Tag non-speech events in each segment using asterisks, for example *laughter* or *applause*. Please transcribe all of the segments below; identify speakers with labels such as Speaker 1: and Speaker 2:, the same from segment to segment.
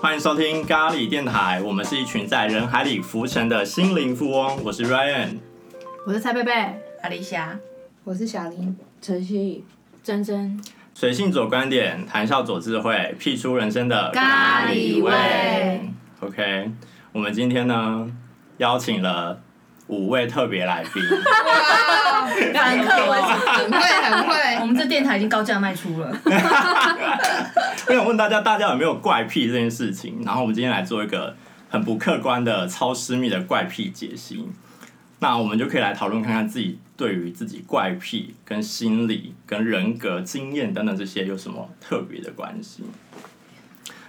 Speaker 1: 欢迎收听咖喱电台，我们是一群在人海里浮沉的心灵富翁。我是 Ryan，
Speaker 2: 我是蔡贝贝，
Speaker 3: 阿丽
Speaker 2: *laughs*
Speaker 3: 霞，
Speaker 4: 我是小林，
Speaker 5: 晨曦、珍珍，
Speaker 1: 随性左观点，谈笑左智慧，辟出人生的
Speaker 2: 咖喱
Speaker 1: 味
Speaker 2: 味。
Speaker 1: OK，我们今天呢邀请了五位特别来宾，
Speaker 3: 反客为主。
Speaker 4: 很会很
Speaker 3: 我
Speaker 4: 会，
Speaker 3: 们这电台已经高价卖出了， *laughs*
Speaker 1: 我想问大家，大家有没有怪癖这件事情？然后我们今天来做一个很不客观的、超私密的怪癖解析。那我们就可以来讨论看看自己对于自己怪癖、跟心理、跟人格经验等等这些有什么特别的关系。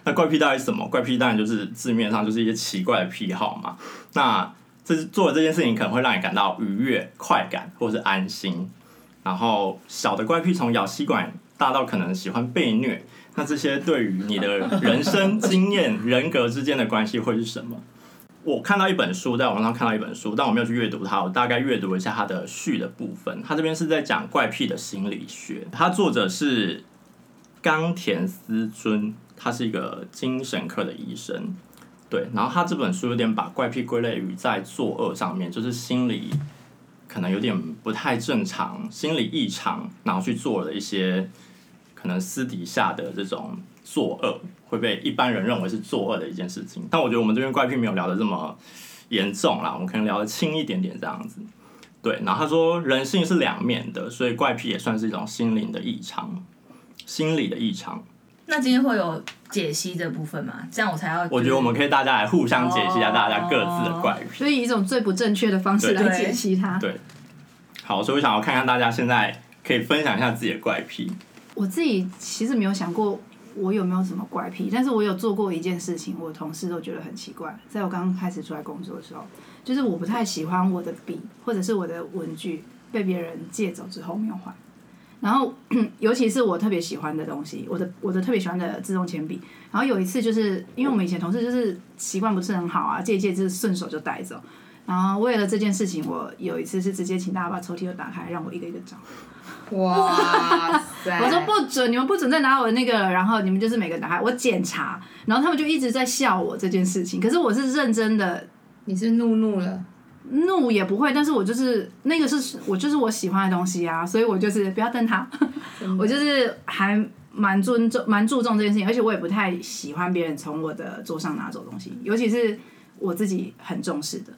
Speaker 1: 那怪癖到底是什么？怪癖当然就是字面上就是一些奇怪的癖好嘛。那这做这件事情可能会让你感到愉悦、快感或是安心。然后小的怪癖从咬吸管，大到可能喜欢被虐，那这些对于你的人生经验、人格之间的关系会是什么？我看到一本书，在网上看到一本书，但我没有去阅读它，我大概阅读一下它的序的部分。它这边是在讲怪癖的心理学，它作者是冈田思尊，他是一个精神科的医生。对，然后他这本书有点把怪癖归类于在作恶上面，就是心理可能有点不太正常、心理异常，然后去做了一些可能私底下的这种作恶，会被一般人认为是作恶的一件事情。但我觉得我们这边怪癖没有聊的这么严重啦，我们可能聊的轻一点点这样子。对，然后他说人性是两面的，所以怪癖也算是一种心灵的异常，心理的异常。
Speaker 3: 那今天会有解析这部分吗？这样我才要。
Speaker 1: 我觉得我们可以大家来互相解析一下
Speaker 3: 哦
Speaker 1: 大家各自的怪癖。
Speaker 2: *laughs* 所以以一种最不正确的方式
Speaker 1: 对
Speaker 2: 来解析它。
Speaker 1: 对，好，所以我想要看看大家现在可以分享一下自己的怪癖。
Speaker 2: 我自己其实没有想过我有没有什么怪癖，但是我有做过一件事情，我同事都觉得很奇怪。在我刚开始出来工作的时候，就是我不太喜欢我的笔或者是我的文具被别人借走之后没有还。然后，尤其是我特别喜欢的东西，我的我的特别喜欢的自动铅笔。然后有一次，就是因为我们以前同事就是习惯不是很好啊，借一借就是顺手就带走。然后为了这件事情，我有一次是直接请大家把抽屉都打开，让我一个一个找。
Speaker 4: 哇塞！
Speaker 2: 我说不准，你们不准再拿我的那个了，然后你们就是每个打开，我检查，然后他们就一直在笑我这件事情，可是我是认真的，
Speaker 4: 你是怒怒了，
Speaker 2: 怒也不会，但是我就是那个是我就是我喜欢的东西啊，所以我就是不要瞪他，我就是还蛮尊重蛮注重这件事情，而且我也不太喜欢别人从我的桌上拿走东西，尤其是我自己很重视的。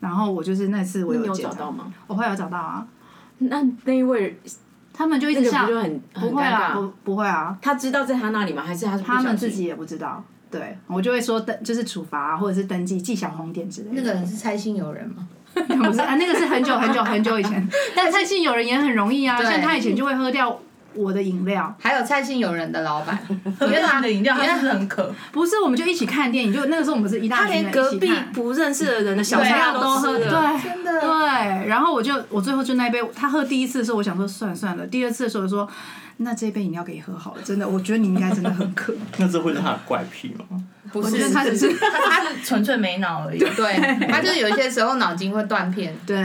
Speaker 2: 然后我就是那次我
Speaker 5: 你有
Speaker 2: 检
Speaker 5: 找
Speaker 2: 查
Speaker 5: 到？吗？
Speaker 2: 我会有找到啊，
Speaker 5: 那那一位
Speaker 2: 他们就一
Speaker 5: 那
Speaker 2: 直
Speaker 5: 个
Speaker 2: 笑
Speaker 5: 不，就很很
Speaker 2: 不会
Speaker 5: 尴
Speaker 2: 啊，
Speaker 5: 尬
Speaker 2: 不？不会啊，
Speaker 5: 他知道在他那里吗？还是他是不
Speaker 2: 他们
Speaker 5: 小
Speaker 2: 自
Speaker 5: 心
Speaker 2: 己也不知道。对，我就会说登，就是处罚、啊、或者是登记记小红点之类的。
Speaker 4: 那个人是猜心有人吗？
Speaker 2: 不是 *laughs* 啊，那个是很久很久很久以前，但蔡信有人也很容易啊，
Speaker 4: 对
Speaker 2: 像他以前就会喝掉我的饮料，
Speaker 4: 还有猜心有人的老板，
Speaker 3: 喝
Speaker 4: 原来
Speaker 3: 你的饮料，他是不是很渴？
Speaker 2: 不是我们就一起看电影，就那个时候我们是一大
Speaker 5: 他
Speaker 2: 群
Speaker 5: 连
Speaker 2: 人
Speaker 5: 隔
Speaker 2: 一起
Speaker 5: 壁
Speaker 2: 看。
Speaker 5: 不认识的人的小
Speaker 2: 对
Speaker 5: 菜
Speaker 2: 啊，
Speaker 5: 都
Speaker 2: 都
Speaker 5: 吃
Speaker 2: 喝对，
Speaker 5: 了，
Speaker 4: 真的
Speaker 2: 对。然后我就我最后就那一杯，他喝第一次的时候，我想说算了算了，第二次的时候我说，那这杯饮料给你喝好了，真的，我觉得你应该真的很渴。
Speaker 1: 那这会是他的怪癖吗？
Speaker 4: 不
Speaker 2: 我觉得他只是
Speaker 3: 他啊他是纯粹没脑而已。
Speaker 4: 对，他就是有一些时候脑筋会断片，
Speaker 2: 对，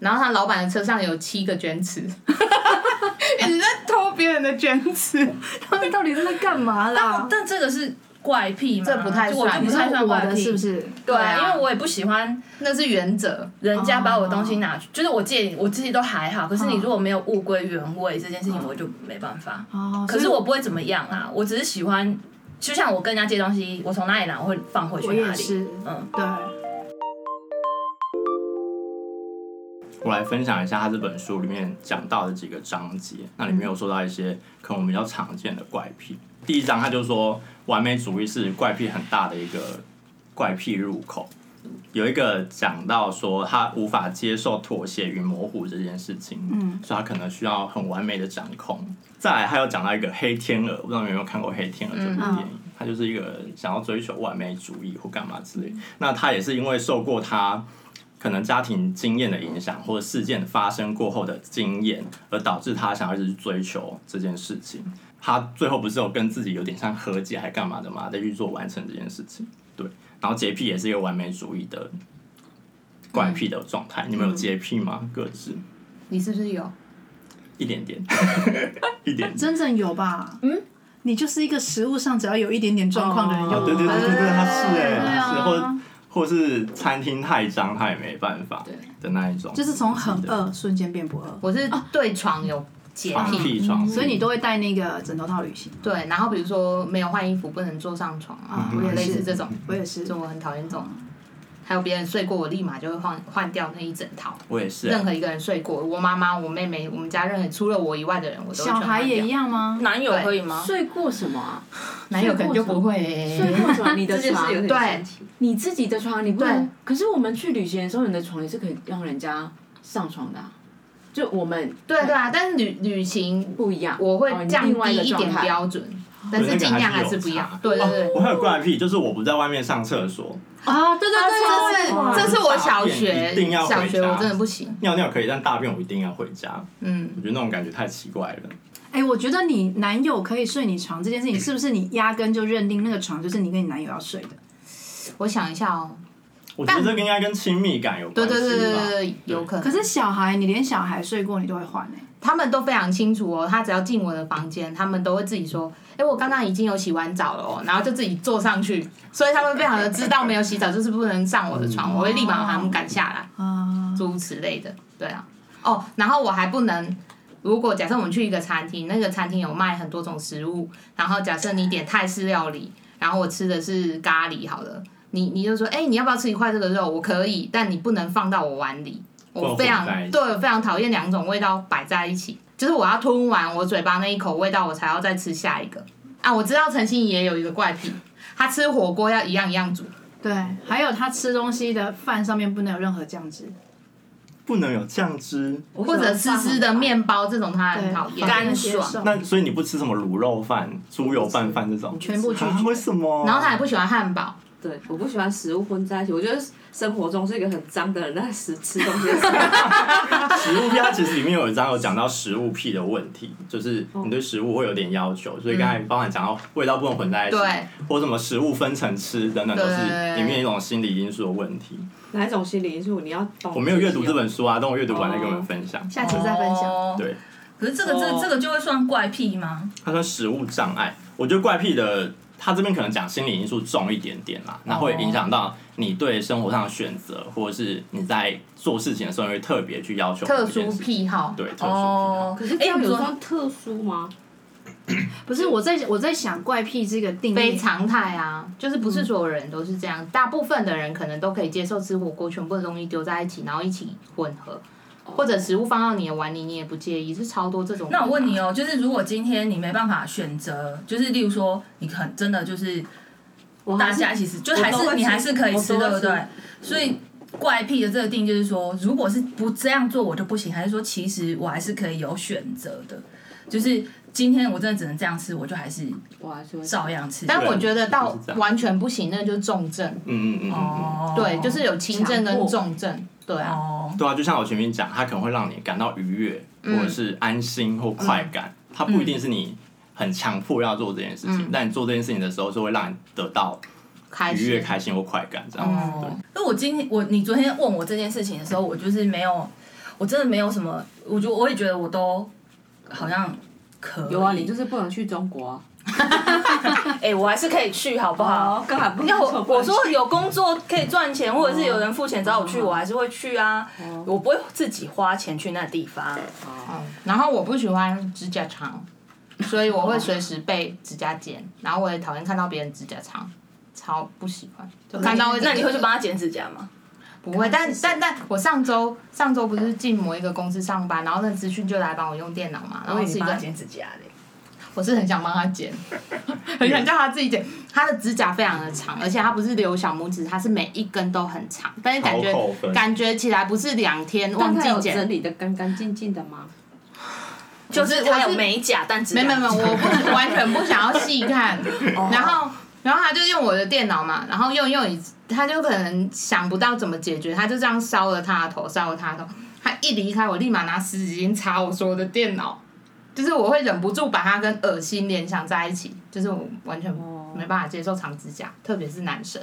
Speaker 4: 然后他老板的车上有七个卷尺，一直在偷别人的卷尺，
Speaker 2: *laughs* 他们到底是在干嘛啦？
Speaker 3: 但这个是怪癖吗？
Speaker 4: 这不太
Speaker 3: 就我就
Speaker 4: 算
Speaker 3: 不太
Speaker 2: 你说
Speaker 3: 算
Speaker 2: 我
Speaker 3: 怪
Speaker 2: 的
Speaker 3: 癖，
Speaker 2: 是不？是？
Speaker 3: 对
Speaker 4: 对
Speaker 3: 啊，
Speaker 4: 啊
Speaker 3: 因为我也不喜欢
Speaker 4: 那是原则。
Speaker 3: 人家把我东西拿
Speaker 2: 哦
Speaker 3: 去，就是我借你，我自己都还好。可是你如果没有物归原位这件事情，我就没办法。
Speaker 2: 哦，
Speaker 3: 可
Speaker 2: 所以
Speaker 3: 是我不会怎么样啊，我只是喜欢，就像我跟人家借东西，我从哪里拿，我会放回去
Speaker 2: 我
Speaker 3: 哪
Speaker 2: 也
Speaker 3: 里。
Speaker 2: 是，
Speaker 3: 嗯，
Speaker 2: 对，
Speaker 1: 我来分享一下他这本书里面讲到的几个章节。那里面有说到一些可能我们比较常见的怪癖。第一章他就说，完美主义是怪癖很大的一个怪癖入口。有一个讲到说，他无法接受妥协与模糊这件事情，
Speaker 2: 嗯，
Speaker 1: 所以他可能需要很完美的掌控。再来，他又讲到一个黑天鹅，不知道你们有没有看过《黑天鹅》这部电影？他就是一个想要追求完美主义或干嘛之类。那他也是因为受过他可能家庭经验的影响，或者事件发生过后的经验，而导致他想要一直去追求这件事情。他最后不是有跟自己有点像和解，还干嘛的嘛？再去做完成这件事情。对，然后洁癖也是一个完美主义的怪癖的状态。你们有洁癖吗？各自
Speaker 4: 你是不是有？
Speaker 1: *laughs* 一点点，一点点。
Speaker 2: 真正有吧？嗯，你就是一个食物上只要有一点点状况的人就
Speaker 1: 哦 *laughs*
Speaker 2: 无法，
Speaker 1: 对对对对对，他是哎、
Speaker 2: 对
Speaker 1: 他是
Speaker 2: 啊
Speaker 1: 或或是餐厅太脏，他也没办法
Speaker 4: 对
Speaker 1: 的那一种，
Speaker 2: 就是从很
Speaker 1: 记得
Speaker 2: 饿瞬间变不饿，
Speaker 4: 我是对床有洁
Speaker 1: 床
Speaker 2: 哦
Speaker 4: 癖，
Speaker 1: 屁床，
Speaker 2: 所以你都会带那个枕头套旅行。
Speaker 4: 对，然后比如说没有换衣服不能坐上床啊，
Speaker 2: 嗯
Speaker 4: 类似这种，
Speaker 2: 我也是，
Speaker 4: 就我很讨厌这种。还有别人睡过，我立马就会换换掉那一整套。
Speaker 1: 我也是、欸
Speaker 4: 任何一个人睡过，我妈妈、我妹妹、我们家任何除了我以外的人，我都会
Speaker 2: 小孩也一
Speaker 4: 样。
Speaker 2: 样吗？
Speaker 3: 男友可以吗？
Speaker 5: 睡过什么
Speaker 4: *laughs*
Speaker 5: 啊？
Speaker 4: 男友可能就不会欸、
Speaker 5: 睡过什么？你的
Speaker 3: 这件
Speaker 5: 床
Speaker 3: 事有点
Speaker 4: 对
Speaker 3: 神奇
Speaker 5: 你自己的床你不
Speaker 4: 对
Speaker 5: 能。可是我们去旅行的时候，你的床也是可以让人家上床的、啊，就我们
Speaker 4: 对对啊，但是旅旅行
Speaker 5: 不一样，
Speaker 4: 我
Speaker 5: 哦
Speaker 4: 会
Speaker 5: 你
Speaker 4: 降
Speaker 5: 另外
Speaker 4: 低
Speaker 5: 个
Speaker 4: 一点
Speaker 5: 状态
Speaker 4: 标准，但是尽哦量还是不要。对对对
Speaker 1: 哦我，还有怪癖，就是我不在外面上厕所，
Speaker 2: 啊，对对
Speaker 4: 这
Speaker 2: 对
Speaker 4: 是
Speaker 2: 对对，
Speaker 4: 这是我小
Speaker 1: 一
Speaker 4: 学
Speaker 1: 定要回家
Speaker 4: 小学我真的不行，
Speaker 1: 尿尿可以，但大便我一定要回家。
Speaker 4: 嗯，
Speaker 1: 我觉得那种感觉太奇怪了。
Speaker 2: 哎、我觉得你男友可以睡你床这件事情，是不是你压根就认定那个床就是你跟你男友要睡的？
Speaker 4: 我想一下哦，
Speaker 1: 我觉得这个应该跟亲密感有
Speaker 4: 对
Speaker 1: 关系吧。
Speaker 4: 对对对对对，有可能。
Speaker 2: 可是小孩，你连小孩睡过你都会换哎、
Speaker 4: 他们都非常清楚哦，他只要进我的房间，他们都会自己说：“哎、我刚刚已经有洗完澡了哦。”然后就自己坐上去，所以他们非常的知道没有洗澡就是不能上我的床，我会立马把他们赶下来，
Speaker 2: 啊、
Speaker 4: 诸如此类的。对啊，哦，然后我还不能，如果假设我们去一个餐厅，那个餐厅有卖很多种食物，然后假设你点泰式料理，然后我吃的是咖喱，好了，你你就说：“哎、你要不要吃一块这个肉？”我可以，但你不能放到我碗里。我非常
Speaker 1: 不能混在一起
Speaker 4: 对，我非常讨厌两种味道摆在一起，就是我要吞完我嘴巴那一口味道，我才要再吃下一个。啊，我知道陈心怡也有一个怪癖，她吃火锅要一样一样煮，
Speaker 2: 对，还有他吃东西的饭上面不能有任何酱汁，
Speaker 1: 不能有酱汁。
Speaker 4: 或者湿湿的面包这种，她很
Speaker 2: 对，
Speaker 4: 讨厌。
Speaker 2: 不能
Speaker 3: 干
Speaker 2: 接
Speaker 3: 爽
Speaker 2: 受
Speaker 1: 那所以你不吃什么卤肉饭、猪油拌饭这种？
Speaker 2: 全部拒
Speaker 1: 啊？为
Speaker 2: 绝。
Speaker 1: 什么？
Speaker 4: 然后她也不喜欢汉堡，
Speaker 5: 对，我不喜欢食物混在一起。我觉得生活中是一个很脏的人，但是吃吃东西的时候
Speaker 1: 食物癖，它其实里面有一章有讲到食物癖的问题，就是
Speaker 4: 哦
Speaker 1: 你对食物会有点要求，所以刚才包含讲到味道不能混在一起，
Speaker 4: 嗯对，
Speaker 1: 或什么食物分层吃等等，都是
Speaker 4: 对
Speaker 1: 里面一种心理因素的问题。
Speaker 5: 哪一种心理因素你要懂？
Speaker 1: 我没有阅读这，本书啊，等我阅读完再跟你们分享。
Speaker 2: 下次再分享。
Speaker 3: 哦
Speaker 1: 对，
Speaker 3: 可是这个这
Speaker 5: 哦
Speaker 3: 这个就会算怪癖吗？
Speaker 1: 他说食物障碍，我觉得怪癖的他这边可能讲心理因素重一点点啦，那会影响到你对生活上的选择，或者是你在做事情的时候会特别去要求
Speaker 4: 特
Speaker 1: 某一件
Speaker 4: 殊
Speaker 1: 事情，
Speaker 4: 癖好。
Speaker 1: 对特殊癖好。
Speaker 3: 哦，
Speaker 5: 可是
Speaker 3: 哎，
Speaker 5: 哎，
Speaker 3: 你
Speaker 5: 有
Speaker 3: 说
Speaker 5: 算特殊
Speaker 4: 哎
Speaker 5: 吗？
Speaker 2: 不是我在我在想怪癖这个定
Speaker 4: 非
Speaker 2: 义，
Speaker 4: 常态啊，就是不是所有人都是这样，大部分的人可能都可以接受吃火锅，全部的东西丢在一起，然后一起混合，或者食物放到你的碗里，你也不介意，是超多这种人啊。
Speaker 3: 那我问你哦，就是如果今天你没办法选择，就是例如说你很真的就是
Speaker 5: 我
Speaker 3: 大
Speaker 5: 还是
Speaker 3: 家一起吃，就还
Speaker 5: 我都
Speaker 3: 是
Speaker 5: 会
Speaker 3: 你还是可以吃，
Speaker 5: 我
Speaker 3: 对
Speaker 5: 都
Speaker 3: 不
Speaker 5: 会
Speaker 3: 对？所以怪癖的这个定义就是说，如果是不这样做我就不行，还是说其实我还是可以有选择的？就是今天我真的只能这样吃，我就还是
Speaker 5: 我还是会
Speaker 3: 照样吃。
Speaker 4: 但我觉得到
Speaker 1: 就是这样
Speaker 4: 完全不行，那就是重症。
Speaker 1: 嗯嗯嗯嗯嗯，
Speaker 3: 哦，
Speaker 4: 对，就是有轻症
Speaker 5: 强
Speaker 4: 跟
Speaker 5: 迫
Speaker 4: 重症。对啊，
Speaker 3: 哦，
Speaker 1: 对啊，就像我前面讲，它可能会让你感到愉悦，或者是安心或快感，它不一定是你很强迫要做这件事情，但你做这件事情的时候是会让你得到
Speaker 4: 开
Speaker 1: 愉
Speaker 4: 始
Speaker 1: 悦、开心或快感这样子。对
Speaker 3: 哦，因为我今天我你昨天问我这件事情的时候，我就是没有，我真的没有什么，我觉得我也觉得我都好像可以。
Speaker 5: 有啊，你就是不能去中国啊。
Speaker 3: 哎、我还是可以去，好不好？
Speaker 5: 哦，干嘛不
Speaker 3: 要
Speaker 5: 错
Speaker 3: 我
Speaker 5: 过
Speaker 3: 我
Speaker 5: 来
Speaker 3: 说有工作可以赚钱，或者是有人付钱找我去，我还是会去啊。我不会自己花钱去那地方。
Speaker 5: 哦
Speaker 4: 然后我不喜欢指甲长，所以我会随时被指甲剪，然后我也讨厌看到别人指甲长，超不喜欢。就看到会
Speaker 3: 啊那你会去帮他剪指甲吗？
Speaker 4: 不会，但但但我上周上周不是进某一个公司上班，然后那资讯就来帮我用电脑嘛，然后
Speaker 3: 我
Speaker 4: 是
Speaker 3: 是
Speaker 4: 一个
Speaker 3: 帮他剪指甲的。
Speaker 4: 我是很想帮他剪，很想叫他自己剪。他的指甲非常的长，而且他不是留小拇指，他是每一根都很长，但是感觉
Speaker 1: 好扣分
Speaker 4: 感觉起来不是两天
Speaker 5: 但
Speaker 4: 忘
Speaker 5: 他有
Speaker 4: 记
Speaker 5: 整
Speaker 4: 剪。
Speaker 5: 理的干干净净的吗？
Speaker 3: 就是
Speaker 4: 我
Speaker 3: 他
Speaker 4: 是
Speaker 3: 有美甲，但指甲
Speaker 4: 没没没，
Speaker 3: *laughs* 不剪
Speaker 4: 我不完全不想要细看。然后然后他就用我的电脑嘛，然后用用一，他就可能想不到怎么解决，他就这样烧了他的头，烧了他的头。他一离开，我立马拿湿纸巾擦我所有的电脑，就是我会忍不住把它跟恶心联想在一起，就是我完全
Speaker 5: 哦
Speaker 4: 没办法接受长指甲，特别是男生。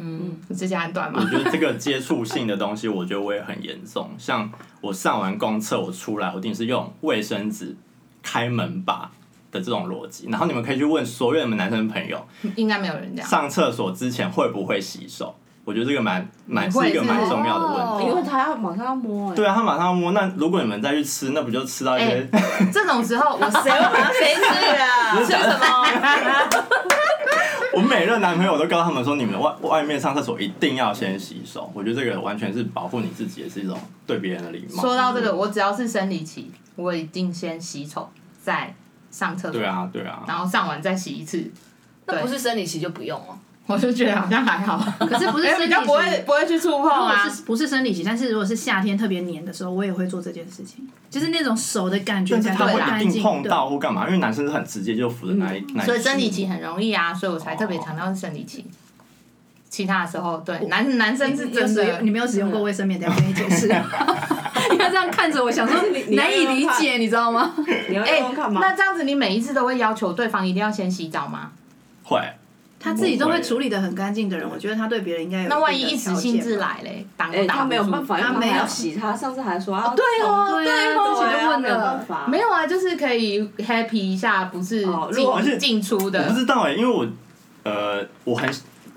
Speaker 3: 嗯，
Speaker 4: 你指甲很短
Speaker 1: 我
Speaker 4: 吗？
Speaker 1: 觉得这个接触性的东西，我觉得我也很严重。像我上完公厕，我出来，我一定是用卫生纸开门把的这种逻辑。然后你们可以去问所有你们男生朋友，
Speaker 4: *laughs* 应该没有人这样。
Speaker 1: 上厕所之前会不会洗手？我觉得这个蛮蛮
Speaker 4: 你会
Speaker 1: 是一个
Speaker 4: 是
Speaker 1: 蛮重要的问
Speaker 4: 哦
Speaker 1: 题。
Speaker 5: 因为他要马上要摸、欸，
Speaker 1: 对啊，他马上摸。那如果你们再去吃，那不就吃到一些？
Speaker 4: 这种时候我谁
Speaker 5: 谁会把谁吃
Speaker 1: 不
Speaker 5: 啊？
Speaker 1: 是什么？ *laughs* 我每任男朋友我都告诉他们说，你们外外面上厕所一定要先洗手。我觉得这个完全是保护你自己，也是一种对别人的礼貌。
Speaker 4: 说到这个，，我只要是生理期，我一定先洗手，再上厕所
Speaker 1: 对，啊，对啊，
Speaker 4: 然后上完再洗一次。
Speaker 6: 那不是生理期就不用哦。
Speaker 4: 我就觉得好像还好，
Speaker 2: 可是不是
Speaker 4: 因为
Speaker 2: 生
Speaker 4: 哎比
Speaker 2: 理
Speaker 4: 较不会
Speaker 2: 期
Speaker 4: 不会去触碰
Speaker 2: 如果
Speaker 4: 啊。
Speaker 2: 是不是生理期，但是如果是夏天特别黏的时候，我也会做这件事情，就是那种手的感觉
Speaker 1: 但是
Speaker 2: 才
Speaker 1: 他
Speaker 2: 会
Speaker 1: 会
Speaker 4: 啊
Speaker 2: 干
Speaker 1: 一定
Speaker 2: 净。
Speaker 1: 碰
Speaker 2: 对
Speaker 1: 到或干嘛，因为男生是很直接就扶着那一那一
Speaker 4: 嗯所以生理
Speaker 1: 区
Speaker 4: 期很容易啊，所以我才特别强调是生理期。其他的时候，对男男生是
Speaker 2: 你有
Speaker 4: 真
Speaker 2: 使
Speaker 4: 的
Speaker 2: 用，你没有使用过卫生棉，等一下我跟你解
Speaker 4: *laughs*
Speaker 2: 释。你要这样看着我，想说
Speaker 5: 你
Speaker 2: 难以理解，你知道
Speaker 4: *laughs*
Speaker 2: 吗？
Speaker 5: 你要
Speaker 4: 哎
Speaker 5: 用看吗？
Speaker 4: 那这样子，你每一次都会要求对方一定要先洗澡吗？
Speaker 1: 会。
Speaker 2: 他自己都
Speaker 1: 不
Speaker 2: 会
Speaker 1: 会
Speaker 2: 处理的很干净的人，我觉得他对别人应该有
Speaker 4: 那万一
Speaker 2: 定的
Speaker 4: 一时
Speaker 2: 条件
Speaker 4: 兴致
Speaker 2: 吧，
Speaker 4: 来嘞，挡
Speaker 5: 哎、
Speaker 4: 都
Speaker 5: 他
Speaker 4: 挡
Speaker 5: 没有办
Speaker 4: 法。
Speaker 5: 法，因为
Speaker 2: 他没有
Speaker 5: 还要洗，他上次还说啊要
Speaker 4: 对哦，
Speaker 2: 对
Speaker 4: 对
Speaker 2: 啊，
Speaker 4: 哦，
Speaker 2: 之前就问
Speaker 5: 没有办
Speaker 2: 了。
Speaker 5: 法，
Speaker 4: 没有啊，就是可以 happy 一下，不是
Speaker 5: 哦如果
Speaker 1: 而且
Speaker 4: 进进出
Speaker 1: 我不
Speaker 4: 的。
Speaker 1: 知道哎、因为我呃，我很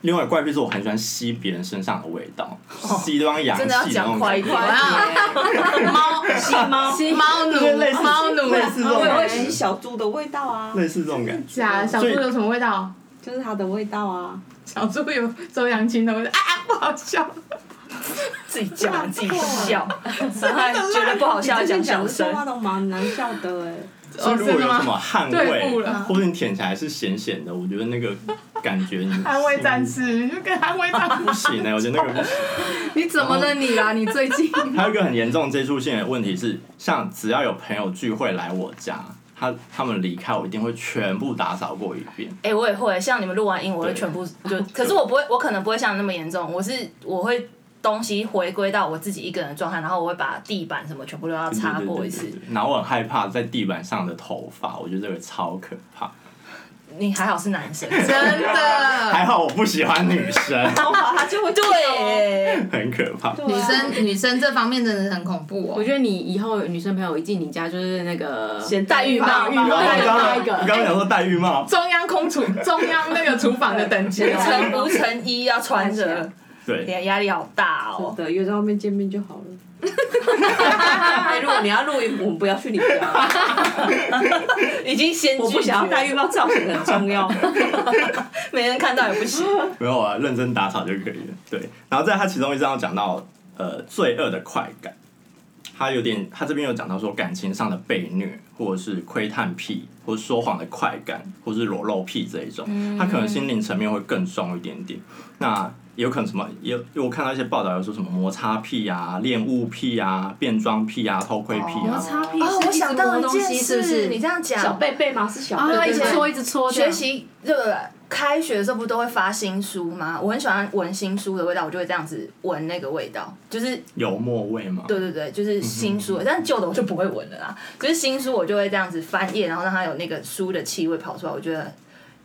Speaker 1: 另外一个怪癖是我很喜欢吸别人身上的味道，
Speaker 4: 哦
Speaker 1: 吸对方阳气
Speaker 6: 真的要
Speaker 1: 那
Speaker 6: 讲
Speaker 1: 种
Speaker 6: 快一
Speaker 1: 感
Speaker 6: 点
Speaker 1: 觉，
Speaker 3: *laughs*
Speaker 4: 我要猫吸猫 *laughs* 猫奴
Speaker 1: 对类似
Speaker 4: 猫奴啊
Speaker 1: 类似这种
Speaker 5: 我以为
Speaker 1: 感
Speaker 5: 洗
Speaker 1: 觉，
Speaker 5: 小猪的味道啊，
Speaker 1: 类似这种感觉。
Speaker 4: 假啊小猪
Speaker 1: 所以
Speaker 4: 有什么味道？
Speaker 5: 就是它的味道啊，
Speaker 4: 小猪有周扬青的味道，啊啊，不好笑。
Speaker 6: 自己讲完自己笑，然后还觉得不好笑还
Speaker 5: 你之前
Speaker 6: 讲
Speaker 5: 讲
Speaker 6: 小声。
Speaker 5: 的说话都蛮难笑的哎、
Speaker 1: 所以如果有什么汗
Speaker 4: 哦对付
Speaker 1: 味
Speaker 4: 了，
Speaker 1: 或者你舔起来是咸咸的，我觉得那个感觉你
Speaker 4: *laughs* 安慰战士，就跟安慰战士
Speaker 1: 不行欸呢，我觉得那个不行。
Speaker 2: 你怎么了你啦？你最近
Speaker 1: 还有一个很严重接触性的问题是，像只要有朋友聚会来我家，他他们离开，我一定会全部打扫过一遍。
Speaker 6: 哎、我也会，像你们录完音，我会全部就，可是我不会，我可能不会像那么严重，我是我会东西回归到我自己一个人的状态，然后我会把地板什么全部都要擦过一次。
Speaker 1: 对对对对对然后我很害怕在地板上的头发，我觉得这个超可怕。
Speaker 6: 你还好是男生，
Speaker 4: *laughs* 真的，
Speaker 1: 还好我不喜欢女生， *laughs*
Speaker 6: *laughs*
Speaker 5: 头发它就会掉
Speaker 6: 对，
Speaker 1: 很可怕。
Speaker 5: 对啊
Speaker 4: 女生女生这方面真的很恐怖
Speaker 7: 我
Speaker 4: 哦。
Speaker 7: 觉得你以后女生朋友一进你家就是那个
Speaker 5: 先
Speaker 6: 戴浴帽
Speaker 7: 戴浴帽
Speaker 1: 然后
Speaker 7: 戴
Speaker 1: 你刚刚
Speaker 7: 啊戴一
Speaker 1: 你
Speaker 7: 个哎
Speaker 1: 刚，刚讲说戴浴帽，
Speaker 4: 中央空厨，中央那个厨房的等级
Speaker 6: 无
Speaker 4: 哦，
Speaker 6: 尘无尘衣要穿着，
Speaker 1: 对，
Speaker 6: 压力好大哦
Speaker 5: 真。的约在外面见面就好了。 *laughs* 哎如果你要录音，我们不要去你 *laughs* 家。
Speaker 6: 已经先
Speaker 5: 我不想要戴浴帽，造型很重 *laughs* 要。
Speaker 6: 没人看到也不行。
Speaker 1: 没有啊，认真打扫就可以了。对，然后在他其中一章有讲到呃罪恶的快感，他有点他这边有讲到说感情上的被虐，或者是窥探癖，或是说谎的快感，或是裸露癖这一种，
Speaker 6: 嗯
Speaker 1: 他可能心灵层面会更重一点点。那也有可能什么，也有因为我看到一些报道有说什么摩擦癖啊、恋物癖啊、变装癖啊、偷窥癖
Speaker 2: 摩
Speaker 6: 哦
Speaker 1: 啊，
Speaker 2: 擦屁是一直摸东西是不是
Speaker 6: 你？这样
Speaker 5: 小
Speaker 6: 讲，
Speaker 5: 贝贝吗？是小贝
Speaker 2: 啊，
Speaker 5: 贝
Speaker 2: 一直
Speaker 5: 吗
Speaker 2: 搓一直搓这
Speaker 6: 学
Speaker 2: 样，
Speaker 6: 习对不对？开学的时候不都会发新书吗？我很喜欢闻新书的味道，我就会这样子闻那个味道，就是
Speaker 1: 油墨味嘛。
Speaker 6: 对对对，就是新书的，但旧的我就不会闻了啦。就是新书我就会这样子翻页，然后让它有那个书的气味跑出来，我觉得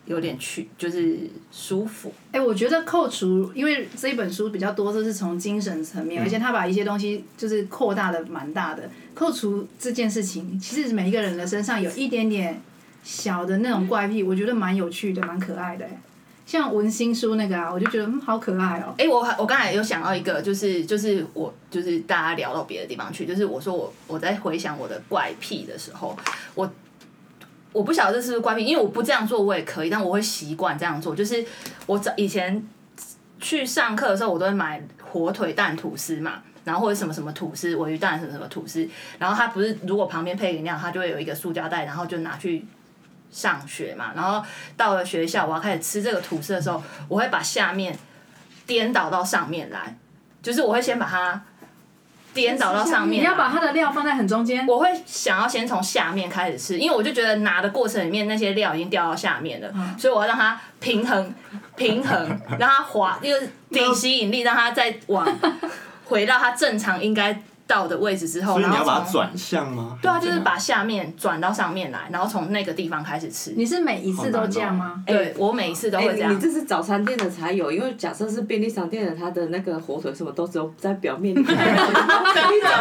Speaker 6: 有点去就是舒服。
Speaker 2: 哎、我觉得扣除，因为这一本书比较多，就是从精神层
Speaker 6: 嗯
Speaker 2: 面，而且他把一些东西就是扩大的蛮大的。扣除这件事情，其实每一个人的身上有一点点小的那
Speaker 6: 嗯
Speaker 2: 种怪癖，我觉得蛮有趣的，蛮可爱的、哎像文心书那个啊，我就觉得嗯，好可爱哦、
Speaker 6: 哎、我我刚才有想到一个，就是就是我就是大家聊到别的地方去，就是我说我我在回想我的怪癖的时候，我我不晓得这是不是怪癖，因为我不这样做我也可以，但我会习惯这样做。就是我早以前去上课的时候，我都会买火腿蛋吐司嘛，然后或者什么什么吐司、尾鱼蛋什么什么吐司，然后它不是如果旁边配饮料，它就会有一个塑胶袋，然后就拿去上学嘛。然后到了学校，我要开始吃这个吐司的时候，我会把下面颠倒到上面来，就是我会先把它颠倒到上面
Speaker 2: 你
Speaker 6: 来，
Speaker 2: 要把它的料放在很中间，
Speaker 6: 我会想要先从下面开始吃，因为我就觉得拿的过程里面那些料已经掉到下面了，
Speaker 5: 嗯
Speaker 6: 所以我要让它平衡，平
Speaker 5: *laughs*
Speaker 6: 衡，让它滑，就是地吸引力，让它再往 *laughs* 回到它正常应该到的位置之后，
Speaker 1: 所以
Speaker 6: 然
Speaker 1: 你
Speaker 6: 后
Speaker 1: 要把它
Speaker 6: 从。
Speaker 1: 转向吗？
Speaker 6: 对啊，就是把
Speaker 1: 还
Speaker 6: 下面转到上面来，然后从那个地方开始吃。
Speaker 2: 你是每一次都这样吗？
Speaker 6: 对我每一次都
Speaker 5: 哎、
Speaker 6: 会这
Speaker 5: 你
Speaker 6: 样
Speaker 5: 你。这是早餐店的才有，因为假设是便利商店的，它的那个火腿什么都只有在表面，你 *laughs* 走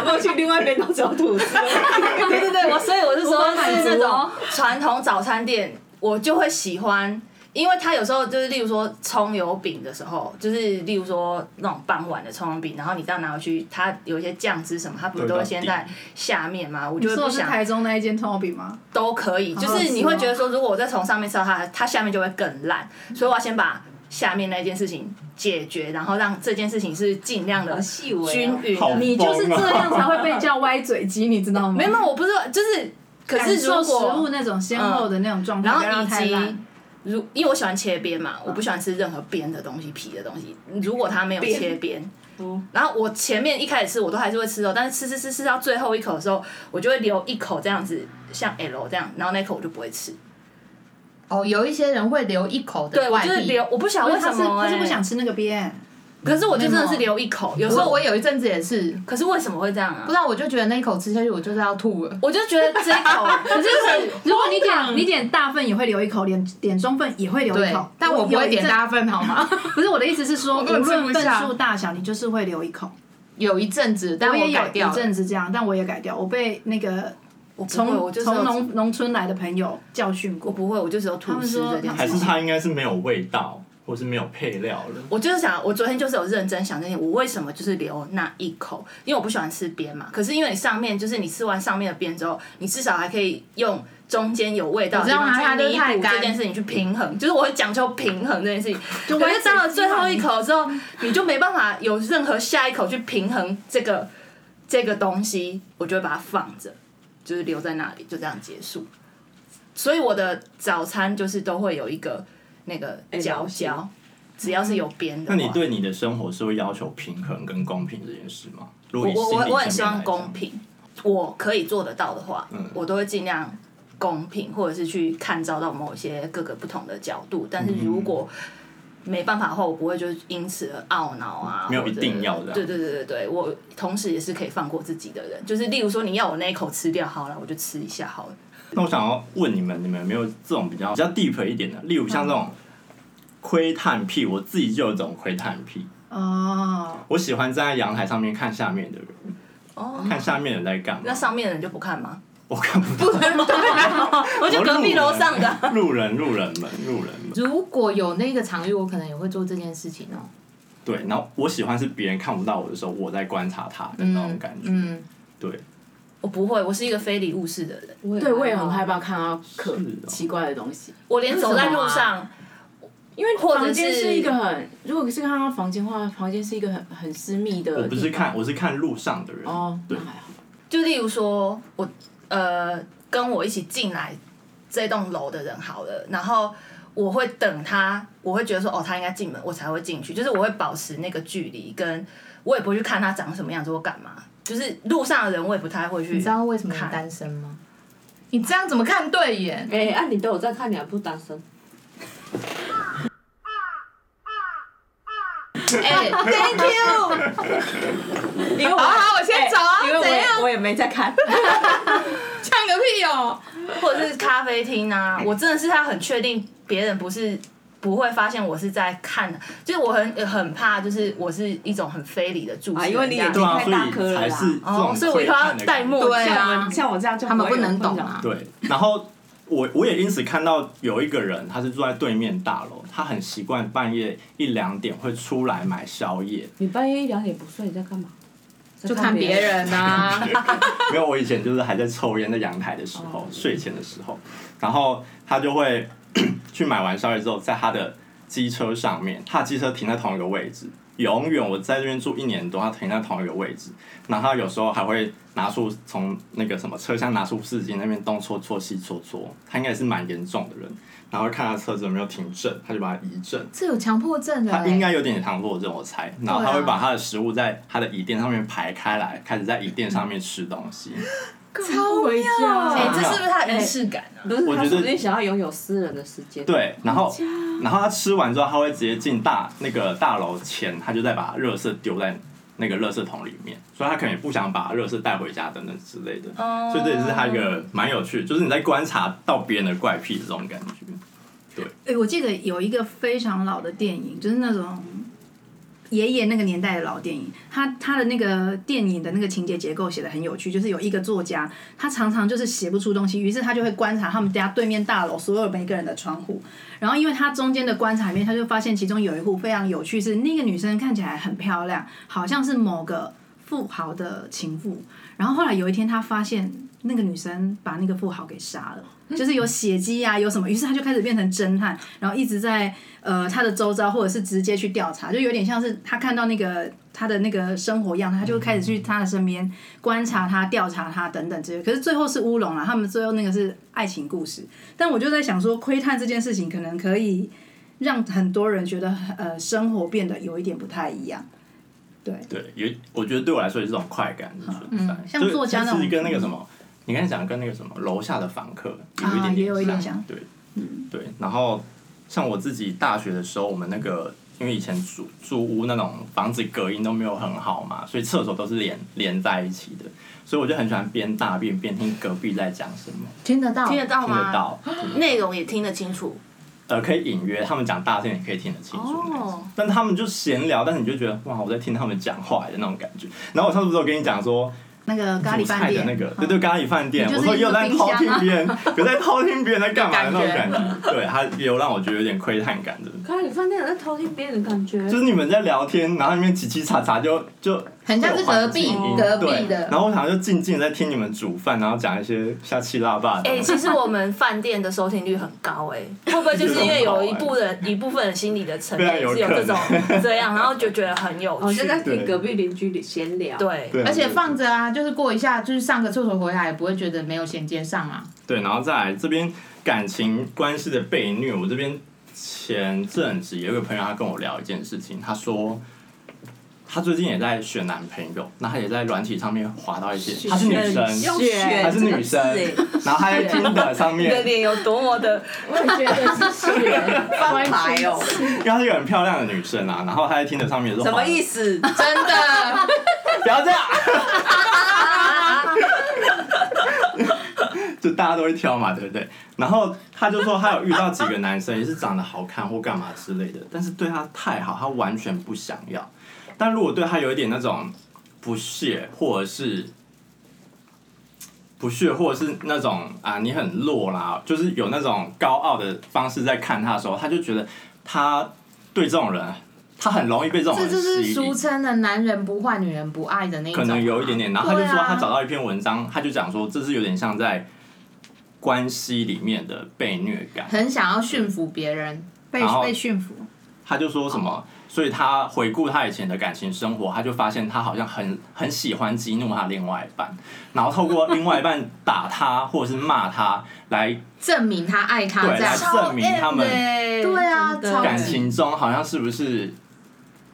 Speaker 5: 过去另外一边都只有吐司。
Speaker 6: 对对对，我所以我是说，是那种
Speaker 5: 哦
Speaker 6: 传统早餐店，我就会喜欢，因为它有时候就是例如说葱油饼的时候，就是例如说那种傍晚的葱油饼，然后你这样拿回去，它有一些酱汁什么，它不是都会先在下面吗？我就会
Speaker 2: 说
Speaker 6: 不
Speaker 2: 的是
Speaker 6: 想
Speaker 2: 台中那一间葱油饼吗？
Speaker 6: 都可以，就
Speaker 2: 好好
Speaker 6: 是
Speaker 2: 吃
Speaker 6: 你会
Speaker 2: 哦
Speaker 6: 觉得说，如果我再从上面吃到它，它下面就会更烂，所以我要先把下面那件事情解决，然后让这件事情是尽量的
Speaker 5: 好细微哦
Speaker 6: 均匀
Speaker 1: 好
Speaker 6: 的。
Speaker 2: 你就是
Speaker 1: 疯哦
Speaker 2: 这样才会被叫歪嘴鸡，你知道吗？
Speaker 6: 没有，没有，我不是说，就是，可
Speaker 2: 感
Speaker 6: 是
Speaker 2: 受
Speaker 6: 如
Speaker 2: 食物
Speaker 6: 果，
Speaker 2: 那种先后的那种状态，
Speaker 6: 然
Speaker 2: 不要
Speaker 6: 后
Speaker 2: 让
Speaker 6: 以
Speaker 2: 它太
Speaker 6: 及
Speaker 2: 烂。。
Speaker 6: 如因为我喜欢切边嘛，我不喜欢吃任何边的东西、皮的东西。如果它没有切边，然后我前面一开始吃我都还是会吃哦，但是吃吃吃吃到最后一口的时候，我就会留一口这样子，像 L 这样，然后那口我就不会吃。
Speaker 4: 哦，有一些人会留一口的
Speaker 6: 对，我
Speaker 4: 外
Speaker 6: 就是
Speaker 4: 币。
Speaker 6: 留，我不晓得为
Speaker 2: 他
Speaker 6: 什
Speaker 2: 是
Speaker 6: 么、
Speaker 2: 他是不
Speaker 6: 欸
Speaker 2: 想吃那个边，
Speaker 6: 可是我就真的是留一口，有
Speaker 4: 有
Speaker 6: 时
Speaker 4: 时候
Speaker 6: 候我
Speaker 4: 我有一阵子也是，
Speaker 6: 可是为什么会这样啊
Speaker 4: 不知？道我就觉得那一口吃下去我就是要吐了。
Speaker 6: 我就觉得这一口，可是
Speaker 2: 如果你点你点大份也会留一口，点点中份也会留一
Speaker 4: 对
Speaker 2: 口，，
Speaker 4: 但我不会
Speaker 2: 有一阵
Speaker 4: 点。大份好吗？
Speaker 2: 不是我的意思是说，
Speaker 4: 我
Speaker 2: 无
Speaker 4: 根本吃不
Speaker 2: 论份
Speaker 4: 下
Speaker 2: 数大小，你就是会留一口。
Speaker 4: 有一阵子，但
Speaker 2: 我也
Speaker 4: 改
Speaker 2: 有
Speaker 4: 掉
Speaker 2: 一
Speaker 4: 了。
Speaker 2: 阵子这样，但我也改掉。我被那个
Speaker 6: 我不会我
Speaker 2: 从
Speaker 6: 就是有
Speaker 2: 从农农村来的朋友教训
Speaker 6: 我
Speaker 2: 过，
Speaker 6: 不会，我就是有吐司这件
Speaker 2: 他
Speaker 1: 还是
Speaker 6: 事
Speaker 2: 们
Speaker 6: 情。
Speaker 1: 它应该是没有味道，或是没有配料了。
Speaker 6: 我就是想，我昨天就是有认真想这件，我为什么就是留那一口？因为我不喜欢吃边嘛。可是因为你上面就是你吃完上面的边之后，你至少还可以用中间有味道的地
Speaker 4: 我知道
Speaker 6: 方
Speaker 4: 啊它
Speaker 6: 去
Speaker 4: 就是
Speaker 6: 弥
Speaker 4: 太
Speaker 6: 补
Speaker 4: 干
Speaker 6: 这件事情，去平衡。就是我会讲究平衡这件事情。
Speaker 2: 就
Speaker 6: 可
Speaker 2: 歪
Speaker 6: 是
Speaker 2: 嘴
Speaker 6: 到了
Speaker 2: 鸡
Speaker 6: 最
Speaker 2: 嘛
Speaker 6: 后一口之后，你就没办法有任何下一口去平衡这个这个东西，我就会把它放着，就是留在那里，就这样结束。所以我的早餐就是都会有一个那个
Speaker 4: 哎
Speaker 6: 角
Speaker 5: 了解
Speaker 6: 角，只要是有边的
Speaker 1: 那
Speaker 6: 话。
Speaker 1: 你对你的生活是会要求平衡跟公平这件事吗？如果
Speaker 6: 我
Speaker 1: 以
Speaker 6: 我
Speaker 1: 心理
Speaker 6: 我我很
Speaker 1: 层
Speaker 6: 希
Speaker 1: 面
Speaker 6: 望
Speaker 1: 来
Speaker 6: 公
Speaker 1: 讲，
Speaker 6: 平，我可以做得到的话，
Speaker 1: 嗯
Speaker 6: 我都会尽量公平，或者是去看照到某一些各个不同的角度。但是
Speaker 1: 嗯
Speaker 6: 如果没办法的话，我不会就是因此而懊恼啊，
Speaker 1: 没有
Speaker 6: 或者
Speaker 1: 一定要这样
Speaker 6: 对对对对对，我同时也是可以放过自己的人，就是例如说你要我那一口吃掉好了，我就吃一下好了。
Speaker 1: 那我想要问你们，你们有没有这种比较比较 deep 一点的？例如像这种窥探癖，我自己就有这种窥探癖。
Speaker 2: 哦，
Speaker 1: 我喜欢站在阳台上面看下面的人，
Speaker 6: 哦，
Speaker 1: 看下面人在干嘛。
Speaker 6: 那上面的人就不看
Speaker 1: *laughs*
Speaker 6: 吗？ *laughs* 啊
Speaker 1: 我看不到，
Speaker 6: 我就隔壁楼上的。
Speaker 1: 路人、路人们、路人们。
Speaker 4: 如果有那个场域，我可能也会做这件事情哦。
Speaker 1: 对，然后我喜欢是别人看不到我的时候，我在观察他的那种感觉。
Speaker 4: 嗯，
Speaker 1: 对，
Speaker 6: 我不会，我是一个非礼勿视的人。
Speaker 7: 对，我也很害怕看到可
Speaker 1: 是哦
Speaker 7: 奇怪的东西，
Speaker 6: 我连走在路
Speaker 4: 为什么
Speaker 6: 上，
Speaker 7: 因为
Speaker 6: 或者
Speaker 7: 房间
Speaker 6: 是
Speaker 7: 是一个很，如果是看到房间的话，房间是一个很很私密的地方。
Speaker 1: 我不是看，我是看路上的人。
Speaker 7: 哦，
Speaker 1: 对
Speaker 7: 那，还好。
Speaker 6: 就例如说我呃跟我一起进来这栋楼的人好了，然后我会等他，我会觉得说哦他应该进门，我才会进去，就是我会保持那个距离，跟我也不会去看他长什么样子或干嘛，就是路上的人我也不太会去。
Speaker 4: 你知道为什么你
Speaker 6: 看
Speaker 4: 单身吗？你这样怎么看对眼？
Speaker 5: 哎，啊，你都有在看，你还不单身？
Speaker 4: 哎，Thank you。因为好好，我先走啊，
Speaker 7: 因为我
Speaker 4: 怎
Speaker 7: 也
Speaker 4: 样？
Speaker 7: 我也没在看，
Speaker 5: *laughs*
Speaker 4: 呛个屁哦！
Speaker 6: 或者是咖啡厅啊，我真的是他很确定别人不是不会发现我是在看，就是我很很怕，就是我是一种很非礼的注视人
Speaker 5: 啊
Speaker 6: 家、
Speaker 5: 因为你眼
Speaker 1: 对
Speaker 5: 睛
Speaker 1: 啊，
Speaker 5: 太
Speaker 1: 所
Speaker 5: 大颗
Speaker 1: 以
Speaker 5: 了
Speaker 1: 才
Speaker 5: 啦
Speaker 1: 是这
Speaker 6: 哦
Speaker 1: 种，
Speaker 6: 所以我一定要
Speaker 1: 窥探的
Speaker 6: 戴
Speaker 1: 感觉
Speaker 6: 墨
Speaker 4: 对
Speaker 6: 镜。
Speaker 4: 啊，
Speaker 5: 像我这样就
Speaker 4: 他们
Speaker 5: 会
Speaker 4: 不
Speaker 5: 有
Speaker 4: 能
Speaker 5: 困
Speaker 4: 懂
Speaker 5: 扰
Speaker 4: 啊。
Speaker 1: 对，然后我我也因此看到有一个人，他是住在对面大楼，他很习惯半夜一两点会出来买宵夜。
Speaker 5: 你半夜一两点不睡，你在干嘛？
Speaker 4: 就看别。人啊呐。 *laughs*
Speaker 1: *laughs* 没有，我以前就是还在抽烟，在阳台的时候，睡前的时候，然后他就会 *clears throat* 去买完宵夜之后，在他的机车上面，他的机车停在同一个位置。永远我在这边住一年多，他停在同一个位置，然后他有时候还会拿出从那个什么车厢拿出湿巾那边东搓搓西搓搓，他应该也是蛮严重的人，然后看他车子有没有停正，他就把它移正，
Speaker 4: 这有强迫症的
Speaker 1: 他应
Speaker 4: 欸，
Speaker 1: 该有点强迫症，我猜。然后他会把他的食物在他的椅垫上面排开来，开始在椅垫上面吃东西。
Speaker 7: 超回
Speaker 5: 哦
Speaker 7: 家
Speaker 6: 哎、
Speaker 1: 欸
Speaker 6: 这是不是他的仪式感啊？
Speaker 5: 啊不是，
Speaker 1: 我
Speaker 5: 他
Speaker 1: 觉得
Speaker 5: 说不定想要拥有私人的时间。，
Speaker 1: 对，然后然后他吃完之后，他会直接进大那个大楼前，他就再把热色丢在那个热色桶里面，所以他可能也不想把热色带回家等等之类的。
Speaker 6: 哦
Speaker 1: 所以这也是他一个蛮有趣的，就是你在观察到别人的怪癖的这种感觉。
Speaker 2: 哎，我记得有一个非常老的电影，就是那种爷爷那个年代的老电影，他他的那个电影的那个情节结构写的很有趣，就是有一个作家，他常常就是写不出东西，于是他就会观察他们家对面大楼所有每个人的窗户，然后因为他中间的观察里面，他就发现其中有一户非常有趣，是那个女生看起来很漂亮，好像是某个富豪的情妇，然后后来有一天他发现那个女生把那个富豪给杀了。就是有血迹啊， *laughs* 有什么，于是他就开始变成侦探，然后一直在呃他的周遭，或者是直接去调查，就有点像是他看到那个他的那个生活样态，他就开始去他的身边观察他、调查他等等之类。可是最后是乌龙啦，他们最后那个是爱情故事。但我就在想说，窥探这件事情可能可以让很多人觉得呃生活变得有一点不太一样。
Speaker 1: 对，有我觉得对我来说也是一种快感的存在。
Speaker 2: 嗯像
Speaker 1: 就是
Speaker 2: 作家那
Speaker 1: 其实
Speaker 2: 种
Speaker 1: 跟那个什么，你刚才讲跟那个什么楼下的房客有一
Speaker 2: 啊
Speaker 1: 点
Speaker 2: 也有一点
Speaker 1: 像
Speaker 2: 像，
Speaker 1: 对，
Speaker 2: 嗯
Speaker 1: 对。然后像我自己大学的时候，我们那个因为以前住住屋那种房子隔音都没有很好嘛，所以厕所都是连连在一起的，所以我就很喜欢边大便边听隔壁在讲什么，
Speaker 4: 听得到
Speaker 6: 听得到
Speaker 1: 听
Speaker 6: 吗？
Speaker 1: 得到，
Speaker 6: 内容也听得清楚。
Speaker 1: 呃，可以隐约他们讲大声也可以听得清楚那种
Speaker 6: 哦
Speaker 1: 但他们就闲聊，但是你就觉得哇，我在听他们讲话的那种感觉。然后我上次不是有跟你讲说，
Speaker 2: 那个咖
Speaker 1: 煮
Speaker 2: 喱饭
Speaker 1: 菜的
Speaker 2: 店嗯啊
Speaker 1: 那个，对对，咖喱饭店，
Speaker 2: 你就
Speaker 1: 我
Speaker 2: 是
Speaker 1: 说又在
Speaker 2: 一个
Speaker 1: 偷
Speaker 2: 冰
Speaker 1: 听
Speaker 2: 箱啊
Speaker 1: 别人，有在偷听别人在干嘛的那种
Speaker 4: 感
Speaker 1: 感觉，对，他也有让我觉得有点窥探感的，
Speaker 5: 可是你饭店有在偷听别人的感觉，
Speaker 1: 就是你们在聊天，然后那边叽叽喳喳就就
Speaker 4: 很像是隔
Speaker 1: 会
Speaker 4: 壁
Speaker 1: 有环境音
Speaker 4: 隔壁
Speaker 1: 对
Speaker 4: 的
Speaker 1: 然后我好像就静静地在听你们煮饭，然后讲一些下气辣爸的
Speaker 6: 哎、，其实我们饭店的收听率很高、哎，会不会就是因为有一部
Speaker 1: *laughs*
Speaker 6: 人、一部分人心理的成分
Speaker 1: 对啊有
Speaker 6: 是有这种
Speaker 1: 可 *laughs* 能
Speaker 6: 这样，然后就觉得很有
Speaker 5: 我
Speaker 6: 趣
Speaker 5: 哦就。在听隔壁邻居里闲聊。， *laughs*
Speaker 6: 对，
Speaker 1: 对，
Speaker 4: 而且放着啊，就是过一下，就是上个厕所回来也不会觉得没有衔接上啊。
Speaker 1: 对，然后再来这边感情关系的被虐，我这边前阵子有一个朋友，他跟我聊一件事情，他说他最近也在选男朋友，那他也在软体上面滑到一些，她是女生，
Speaker 5: 选
Speaker 1: 她是女生，然后她
Speaker 5: 欸 *laughs*
Speaker 1: 在 Tinder 上
Speaker 6: 你的
Speaker 1: 面，
Speaker 6: 脸有多么 *laughs* 的
Speaker 7: 我也觉
Speaker 5: 啊
Speaker 7: 得是血，
Speaker 6: 翻牌哦，
Speaker 1: 因为她是一个很漂亮的女生啊，然后她在 Tinder 上面也是
Speaker 5: 什么
Speaker 1: 思？
Speaker 5: 意思？
Speaker 4: 真的，
Speaker 1: 不要这样。就大家都会挑嘛，对不对？然后他就说他有遇到几个男生也是长得好看或干嘛之类的，但是对他太好，他完全不想要。但如果对他有一点那种不屑，或者是不屑，或者是那种啊你很弱啦，就是有那种高傲的方式在看他的时候，他就觉得他对这种人，他很容易被这种
Speaker 4: 这
Speaker 1: 人
Speaker 4: 就
Speaker 1: 吸
Speaker 4: 是
Speaker 1: 引。
Speaker 4: 俗称的“男人不坏，女人不爱”的那一种啊。
Speaker 1: 可能有一点点。然后他就说
Speaker 4: 对啊
Speaker 1: 他找到一篇文章，他就讲说这是有点像在关系里面的被虐感。
Speaker 4: 很想要驯服别人，
Speaker 2: 被
Speaker 1: 然后
Speaker 2: 被驯服，
Speaker 1: 他就说什么，所以他回顾他以前的感情生活，他就发现他好像很很喜欢激怒他另外一半，然后透过另外一半打他或者是骂他来
Speaker 4: 证明他爱他
Speaker 1: 对
Speaker 4: 这样
Speaker 1: 来。证明他们
Speaker 4: 对啊，
Speaker 5: 真的
Speaker 4: 超
Speaker 1: 感情中好像是不是。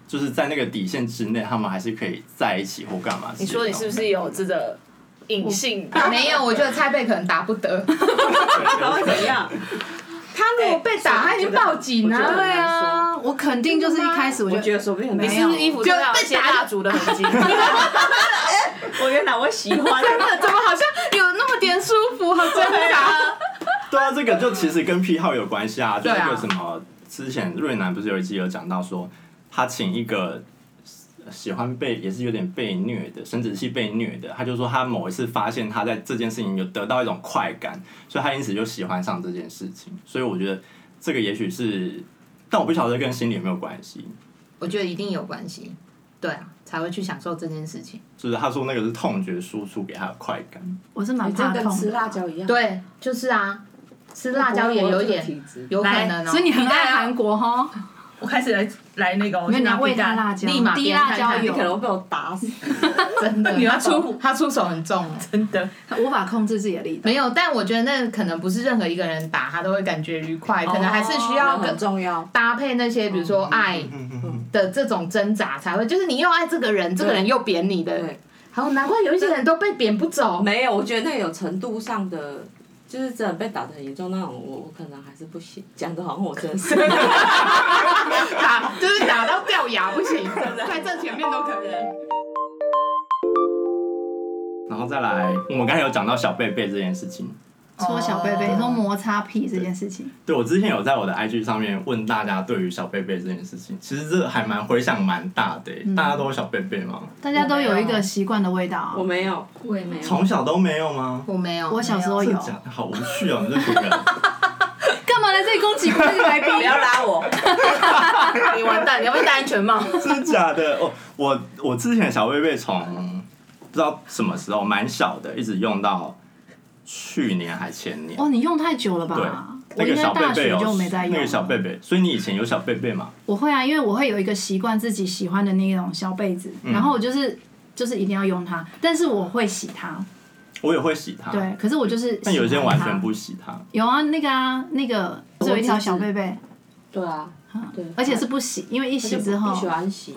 Speaker 1: 就是在那个底线之内，他们还是可以在一起或干嘛之类的。
Speaker 6: 你说你是不是有这个隐性？
Speaker 4: 没有，我觉得蔡贝可能打不得。
Speaker 5: 然后怎样？
Speaker 4: 他如果被打，他已经报警
Speaker 5: 我觉
Speaker 4: 了。
Speaker 5: 得
Speaker 2: 对啊，我肯定就是一开始我
Speaker 5: 我
Speaker 2: 觉
Speaker 5: 觉
Speaker 2: 得
Speaker 5: 得说不定很
Speaker 6: 你
Speaker 5: 难
Speaker 6: 是不是衣服上有一些
Speaker 4: 就被打
Speaker 6: 蜡烛的痕
Speaker 7: *laughs*
Speaker 6: 迹？
Speaker 5: 我原来我喜
Speaker 4: *laughs*
Speaker 5: 欢。
Speaker 4: 怎么好像有那么点舒服？好挣扎。
Speaker 1: 对啊，这个就其实跟癖好有关系啊，就
Speaker 4: 对啊
Speaker 1: 那个什么，之前瑞南不是有一集有讲到说，他请一个呃喜欢被也是有点被虐的生殖器被虐的，他就说他某一次发现他在这件事情有得到一种快感，所以他因此就喜欢上这件事情。所以我觉得这个也许是，但我不晓得跟心理有没有关系。
Speaker 4: 我觉得一定有关系。对啊，才会去享受这件事情。
Speaker 1: 就是他说那个是痛觉输出给他的快感，
Speaker 2: 我是蛮
Speaker 5: 你这
Speaker 2: 怕
Speaker 5: 跟
Speaker 2: 痛
Speaker 5: 吃
Speaker 2: 的，
Speaker 5: 辣椒一样，
Speaker 4: 对，就是啊，吃辣椒也有一
Speaker 5: 我有这个
Speaker 4: 点，
Speaker 5: 体质
Speaker 4: 有可能哦。 *laughs*
Speaker 2: 所以你很
Speaker 3: 你当
Speaker 2: 爱
Speaker 3: 然
Speaker 2: 韩国哈，
Speaker 3: 我开始来来那个，我
Speaker 2: 没有
Speaker 3: 去
Speaker 2: 你
Speaker 3: 拿
Speaker 2: 要喂
Speaker 3: 皮
Speaker 2: 他
Speaker 3: 蛋，
Speaker 2: 辣椒，
Speaker 4: 立马
Speaker 2: 滴
Speaker 4: 边
Speaker 2: 辣
Speaker 4: 看
Speaker 2: 椒
Speaker 4: 看
Speaker 5: 你
Speaker 2: 有
Speaker 5: 可能会被我打死。
Speaker 4: 真的，
Speaker 3: 你要
Speaker 4: *laughs*
Speaker 3: 出
Speaker 4: 他出手很重哦。
Speaker 2: 无法控制自己的力道。
Speaker 4: 没有，但我觉得那可能不是任何一个人打他都会感觉愉快，可能还是需要
Speaker 5: 哦那很
Speaker 4: 跟
Speaker 5: 重要。
Speaker 4: 搭配那些，比如说爱
Speaker 1: 嗯
Speaker 4: 的这种挣扎才会，就是你又爱这个人，这个人又贬你的
Speaker 5: 对，
Speaker 4: 好难怪有一些人都被贬不 *laughs* 走。
Speaker 5: 哦没有，我觉得那有程度上的，就是真的被打的很严重那种，我我可能还是不行。讲的好像我真
Speaker 4: *laughs*
Speaker 5: 的是。
Speaker 4: 打就是打到掉牙不行，在正前面都可以。
Speaker 1: 然后再来，我们刚才有讲到小贝贝这件事情，
Speaker 2: 搓小贝贝，
Speaker 3: 哦
Speaker 2: 你说摩擦屁这件事情，
Speaker 1: 对我之前有在我的 IG 上面问大家对于小贝贝这件事情，其实这还蛮回响蛮大的、欸
Speaker 2: 嗯
Speaker 1: 大家都有小贝贝吗？
Speaker 2: 大家都有一个习惯的味道啊
Speaker 5: 我。没有，
Speaker 3: 我也没有，
Speaker 1: 从小都没有吗？
Speaker 4: 我没有，
Speaker 2: 我小时候
Speaker 1: 真
Speaker 2: 有
Speaker 1: 的，假的？好无趣哦，你这群人。
Speaker 2: *laughs* 干嘛来这里攻击那个来宾？
Speaker 6: 不要拉 *laughs* 我，你完蛋，你要不要戴安全帽？
Speaker 1: 真的假的？哦，我我之前小贝贝从不知道什么时候蛮小的，一直用到去年还前年。
Speaker 2: 哦，你用太久了
Speaker 1: 对
Speaker 2: 吧？，我
Speaker 1: 那
Speaker 2: 应
Speaker 1: 个
Speaker 2: 该
Speaker 1: 小贝
Speaker 2: 大
Speaker 1: 贝
Speaker 2: 学
Speaker 1: 有
Speaker 2: 就没在用了。
Speaker 1: 那个小贝贝，所以你以前有小贝贝吗？
Speaker 2: 我会啊，因为我会有一个习惯，自己喜欢的那种小被子，
Speaker 1: 嗯
Speaker 2: 然后我就是就是一定要用它，但是我会洗它，
Speaker 1: 我也会洗它，
Speaker 2: 对，可是我就是
Speaker 1: 啊但有些人
Speaker 2: 喜欢
Speaker 1: 完
Speaker 2: 它
Speaker 1: 全不洗它。
Speaker 2: 有啊，那个啊，那个只有一条小被被，
Speaker 5: 对啊，对，
Speaker 2: 而且是不洗，因为一洗之
Speaker 5: 不喜
Speaker 2: 后，
Speaker 5: 欢洗，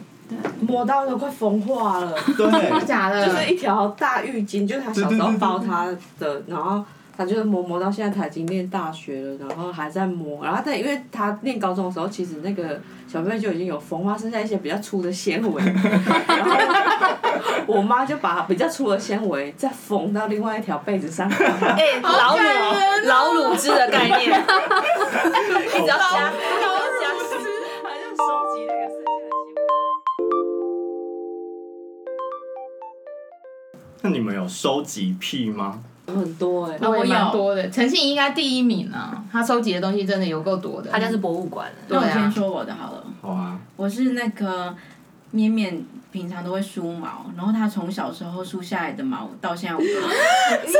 Speaker 5: 磨到都快风化了，
Speaker 2: *laughs*
Speaker 1: 对，
Speaker 4: 假的，
Speaker 5: 就是一条大浴巾，就是他小时候包他的，然后他就是磨磨到现在，他已经念大学了，然后还在磨，然后但因为他念高中的时候，其实那个小妹就已经有缝花，剩下一些比较粗的纤维，然后我妈就把比较粗的纤维再缝到另外一条被子上，
Speaker 6: 哎、老
Speaker 7: 哦
Speaker 6: 乳老乳汁的
Speaker 7: *laughs*
Speaker 6: 概念，一直要加，要加。
Speaker 5: 好像收集那个剩下的纤维。
Speaker 1: 那你们有收集癖吗？
Speaker 5: 很多哎、
Speaker 4: 那我也蛮
Speaker 7: 有
Speaker 4: 多的，陈信应该第一名啊，他收集的东西真的有够多的。
Speaker 6: 他家是博物馆的，
Speaker 4: 对
Speaker 7: 那我
Speaker 4: 啊
Speaker 7: 先，说我的好了，
Speaker 1: 好啊，
Speaker 7: 我是那个绵绵，平常都会梳毛，然后他从小时候梳下来的毛到现在我都 *laughs*
Speaker 5: 你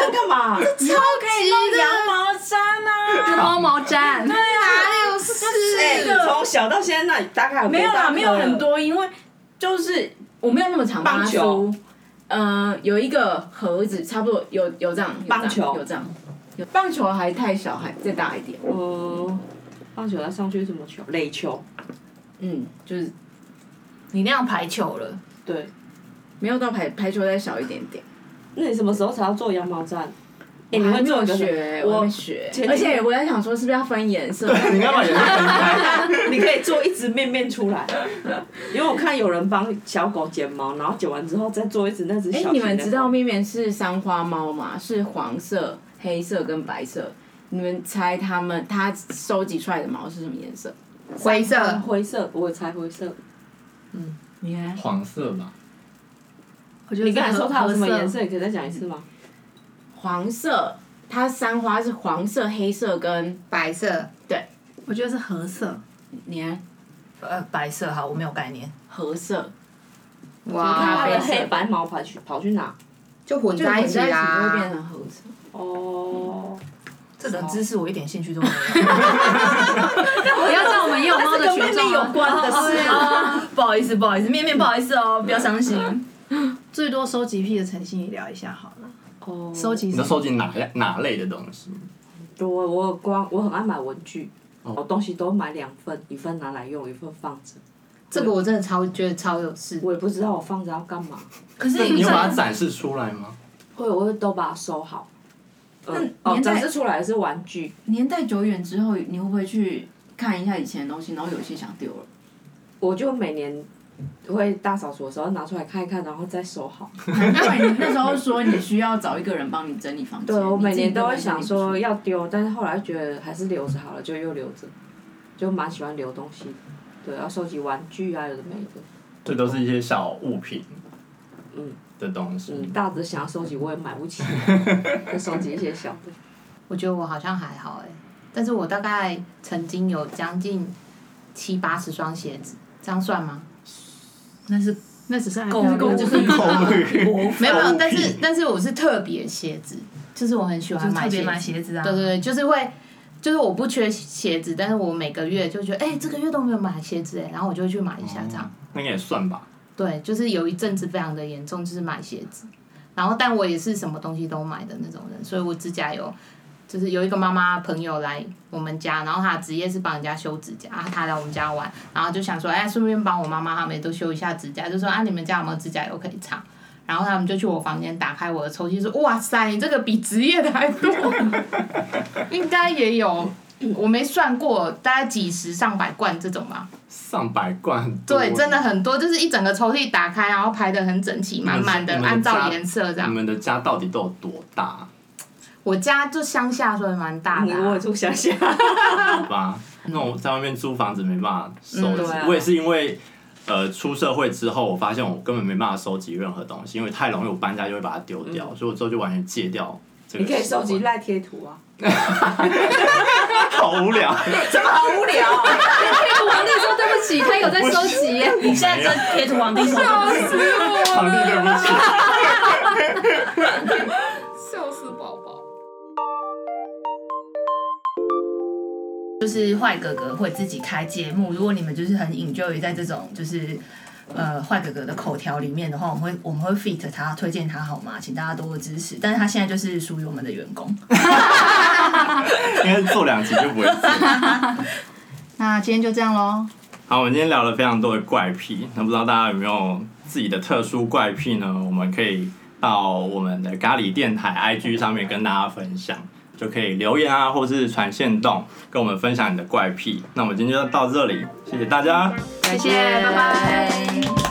Speaker 5: 想干嘛？
Speaker 7: 有羊毛毡啊，
Speaker 2: 猫毛毡，
Speaker 4: 哪有是？
Speaker 5: 哎从小到现在大概有多
Speaker 7: 没有
Speaker 5: 大
Speaker 7: 啦，
Speaker 5: 个
Speaker 7: 没有很多，因为就是我没有那么长
Speaker 5: 棒
Speaker 7: 帮他
Speaker 5: 球
Speaker 7: 梳。嗯、有一个盒子，差不多有有这样，有这样
Speaker 5: 棒球
Speaker 7: 有这样，有棒球还太小，还再大一点。
Speaker 5: 嗯，棒球要上去是什么球？垒球。
Speaker 7: 嗯，就是
Speaker 6: 你那样排球了，
Speaker 5: 对，
Speaker 7: 没有到排排球再小一点点。
Speaker 5: 那你什么时候才要做羊毛毡？哎、
Speaker 7: 我
Speaker 5: 你
Speaker 7: 还
Speaker 5: 会
Speaker 7: 没
Speaker 5: 做
Speaker 7: 有
Speaker 5: 一个 *laughs*
Speaker 7: 学，我还
Speaker 5: 我
Speaker 7: 没学
Speaker 5: 前，
Speaker 7: 而
Speaker 5: 几天
Speaker 7: 且我在想说，是不是要分颜色？
Speaker 1: 对，你干嘛也是分开？
Speaker 5: *laughs* 你可以做一只面面出来，因为我看有人帮小狗剪毛，然后剪完之后再做一只那只小
Speaker 7: 哎、
Speaker 5: 型的。
Speaker 7: 你们知道面面是三花猫吗？是黄色、黑色跟白色。你们猜它们它收集出来的毛是什么颜色？
Speaker 4: 灰色，
Speaker 5: 灰色，我猜灰色。
Speaker 7: 你看，
Speaker 1: 黄色吧，
Speaker 2: 我觉得
Speaker 5: 你刚才说它有什么
Speaker 2: 合
Speaker 5: 颜？色？你可以再讲一次吗？
Speaker 7: 黄色，它三花是黄色、黑色跟
Speaker 4: 白色，
Speaker 2: 我觉得是褐色，
Speaker 7: 你看
Speaker 6: 呃，白色好，我没有概念。
Speaker 7: 褐色，
Speaker 5: 它
Speaker 7: 咖啡
Speaker 5: 的
Speaker 7: 色
Speaker 5: 黑白毛跑去跑去哪？
Speaker 4: 就混
Speaker 7: 就
Speaker 4: 在
Speaker 7: 混
Speaker 4: 一起啊
Speaker 7: 在一起就会变
Speaker 4: 啦。
Speaker 7: 成褐色。
Speaker 5: 哦，
Speaker 6: 这种知识我一点兴趣都没有。
Speaker 2: 不要让我们夜猫的群众啊
Speaker 6: 关的事啊，不好意思，不好意思，面面不好意思哦，不要伤心。
Speaker 2: 最多收集癖的陈信也聊一下好了，
Speaker 5: 哦，
Speaker 2: 收集
Speaker 1: 你
Speaker 2: 什
Speaker 1: 都
Speaker 2: 么？
Speaker 1: 收集哪类哪类的东西？
Speaker 5: 我我光我很爱买文具，我东西都买两份，一份拿来用，一份放着。
Speaker 4: *laughs* 这个我真的超觉得超有事。
Speaker 5: 我也不知道我放着要干嘛，
Speaker 6: 可是
Speaker 1: 那你
Speaker 6: 你
Speaker 1: 有把它
Speaker 6: 这
Speaker 1: 展示出来吗？
Speaker 5: 会我会都把它收好。嗯，
Speaker 7: 那
Speaker 5: 哦，
Speaker 7: 年代
Speaker 5: 展示出来的是玩具，
Speaker 7: 年代久远之后，你会不会去看一下以前的东西，然后有些想丢了？ *laughs*
Speaker 5: 我就每年会大扫除的时候拿出来看一看，然后再收好。
Speaker 7: 难怪你那时候说你需要找一个人帮你整理房间。
Speaker 5: 对，我
Speaker 7: 你自
Speaker 5: 每
Speaker 7: 己
Speaker 5: 年都
Speaker 7: 根
Speaker 5: 会
Speaker 7: 本
Speaker 5: 想
Speaker 7: 整理不
Speaker 5: 说
Speaker 7: 出
Speaker 5: 要丢，但是后来觉得还是留着好了，就又留着，就蛮喜欢留东西。对，要收集玩具啊，有的没的。
Speaker 1: 这都是一些小物品，
Speaker 5: 嗯
Speaker 1: 的东西。
Speaker 5: 嗯，大的想要收集我也买不起，就收集一些小的。
Speaker 4: 我觉得我好像还好哎、但是我大概曾经有将近七八十双鞋子，这样算吗？
Speaker 6: 那是
Speaker 2: 那只是
Speaker 6: 购物
Speaker 2: 购物
Speaker 6: 就
Speaker 1: *laughs*
Speaker 6: 是
Speaker 1: 是口语，
Speaker 4: 没有没有，但是但是我是特别鞋子，就是我很喜欢买
Speaker 6: 特别
Speaker 4: 鞋
Speaker 6: 买
Speaker 4: 子。 *laughs*
Speaker 6: 鞋子啊。
Speaker 4: 对对对，就是会，就是我不缺鞋子，但是我每个月就觉得，哎、这个月都没有买鞋子哎，然后我就会去买一下这样。
Speaker 1: 那个也算吧。
Speaker 4: 对，就是有一阵子非常的严重，就是买鞋子，然后但我也是什么东西都买的那种人，所以我指甲有，就是有一个妈妈朋友来我们家，然后她的职业是帮人家修指甲，啊，她来我们家玩，然后就想说，哎，顺便帮我妈妈他们也都修一下指甲，就说啊，你们家有没有指甲油可以擦？然后他们就去我房间打开我的抽屉，说：“哇塞，你这个比职业的还多， *laughs* 应该也有，我没算过，大概几十上百罐这种吧。”
Speaker 1: 上百罐很多
Speaker 4: 对，真的很多，就是一整个抽屉打开，然后排的很整齐，
Speaker 1: 们
Speaker 4: 满满的，
Speaker 1: 你们
Speaker 4: 按照
Speaker 1: 家
Speaker 4: 颜色这
Speaker 1: 你
Speaker 4: 样。
Speaker 1: 们的家到底都有多大？
Speaker 4: 我家就乡下，所以蛮大的、
Speaker 5: *laughs* 你我
Speaker 4: 啊
Speaker 5: 也。住乡下，
Speaker 1: 好吧，那种在外面租房子没办法收集。
Speaker 4: 嗯
Speaker 5: 对啊
Speaker 1: 我也是因为呃出社会之后，我发现我根本没办法收集任何东西，因为太容易我搬家就会把它丢掉，所以我之后就完全戒掉。这个
Speaker 5: 你可以收集
Speaker 1: 习惯，
Speaker 5: 赖贴图 *laughs* 啊。
Speaker 1: 好无聊。
Speaker 5: 怎么好无聊？啊
Speaker 7: 皇帝说对不起，他有在收集耶。
Speaker 3: 你现在跟贴图皇帝说
Speaker 4: *laughs*
Speaker 3: 对不起
Speaker 1: *laughs* 好力对不起。
Speaker 4: 笑死宝宝。
Speaker 3: 就是坏哥哥会自己开节目。如果你们就是很 enjoy 在这种就是呃坏哥哥的口条里面的话，我们会我们会 fit 他，推荐他好吗？请大家多多支持。但是他现在就是属于我们的员工，
Speaker 1: 因为做两集就不会做。 *laughs*
Speaker 2: 那今天就这样喽，
Speaker 1: 好，我们今天聊了非常多的怪癖，那不知道大家有没有自己的特殊怪癖呢？我们可以到我们的咖喱电台 IG 上面跟大家分享，就可以留言啊，或是传线动跟我们分享你的怪癖。那我们今天就到这里，谢谢大家。
Speaker 2: 谢谢，拜拜。
Speaker 6: 拜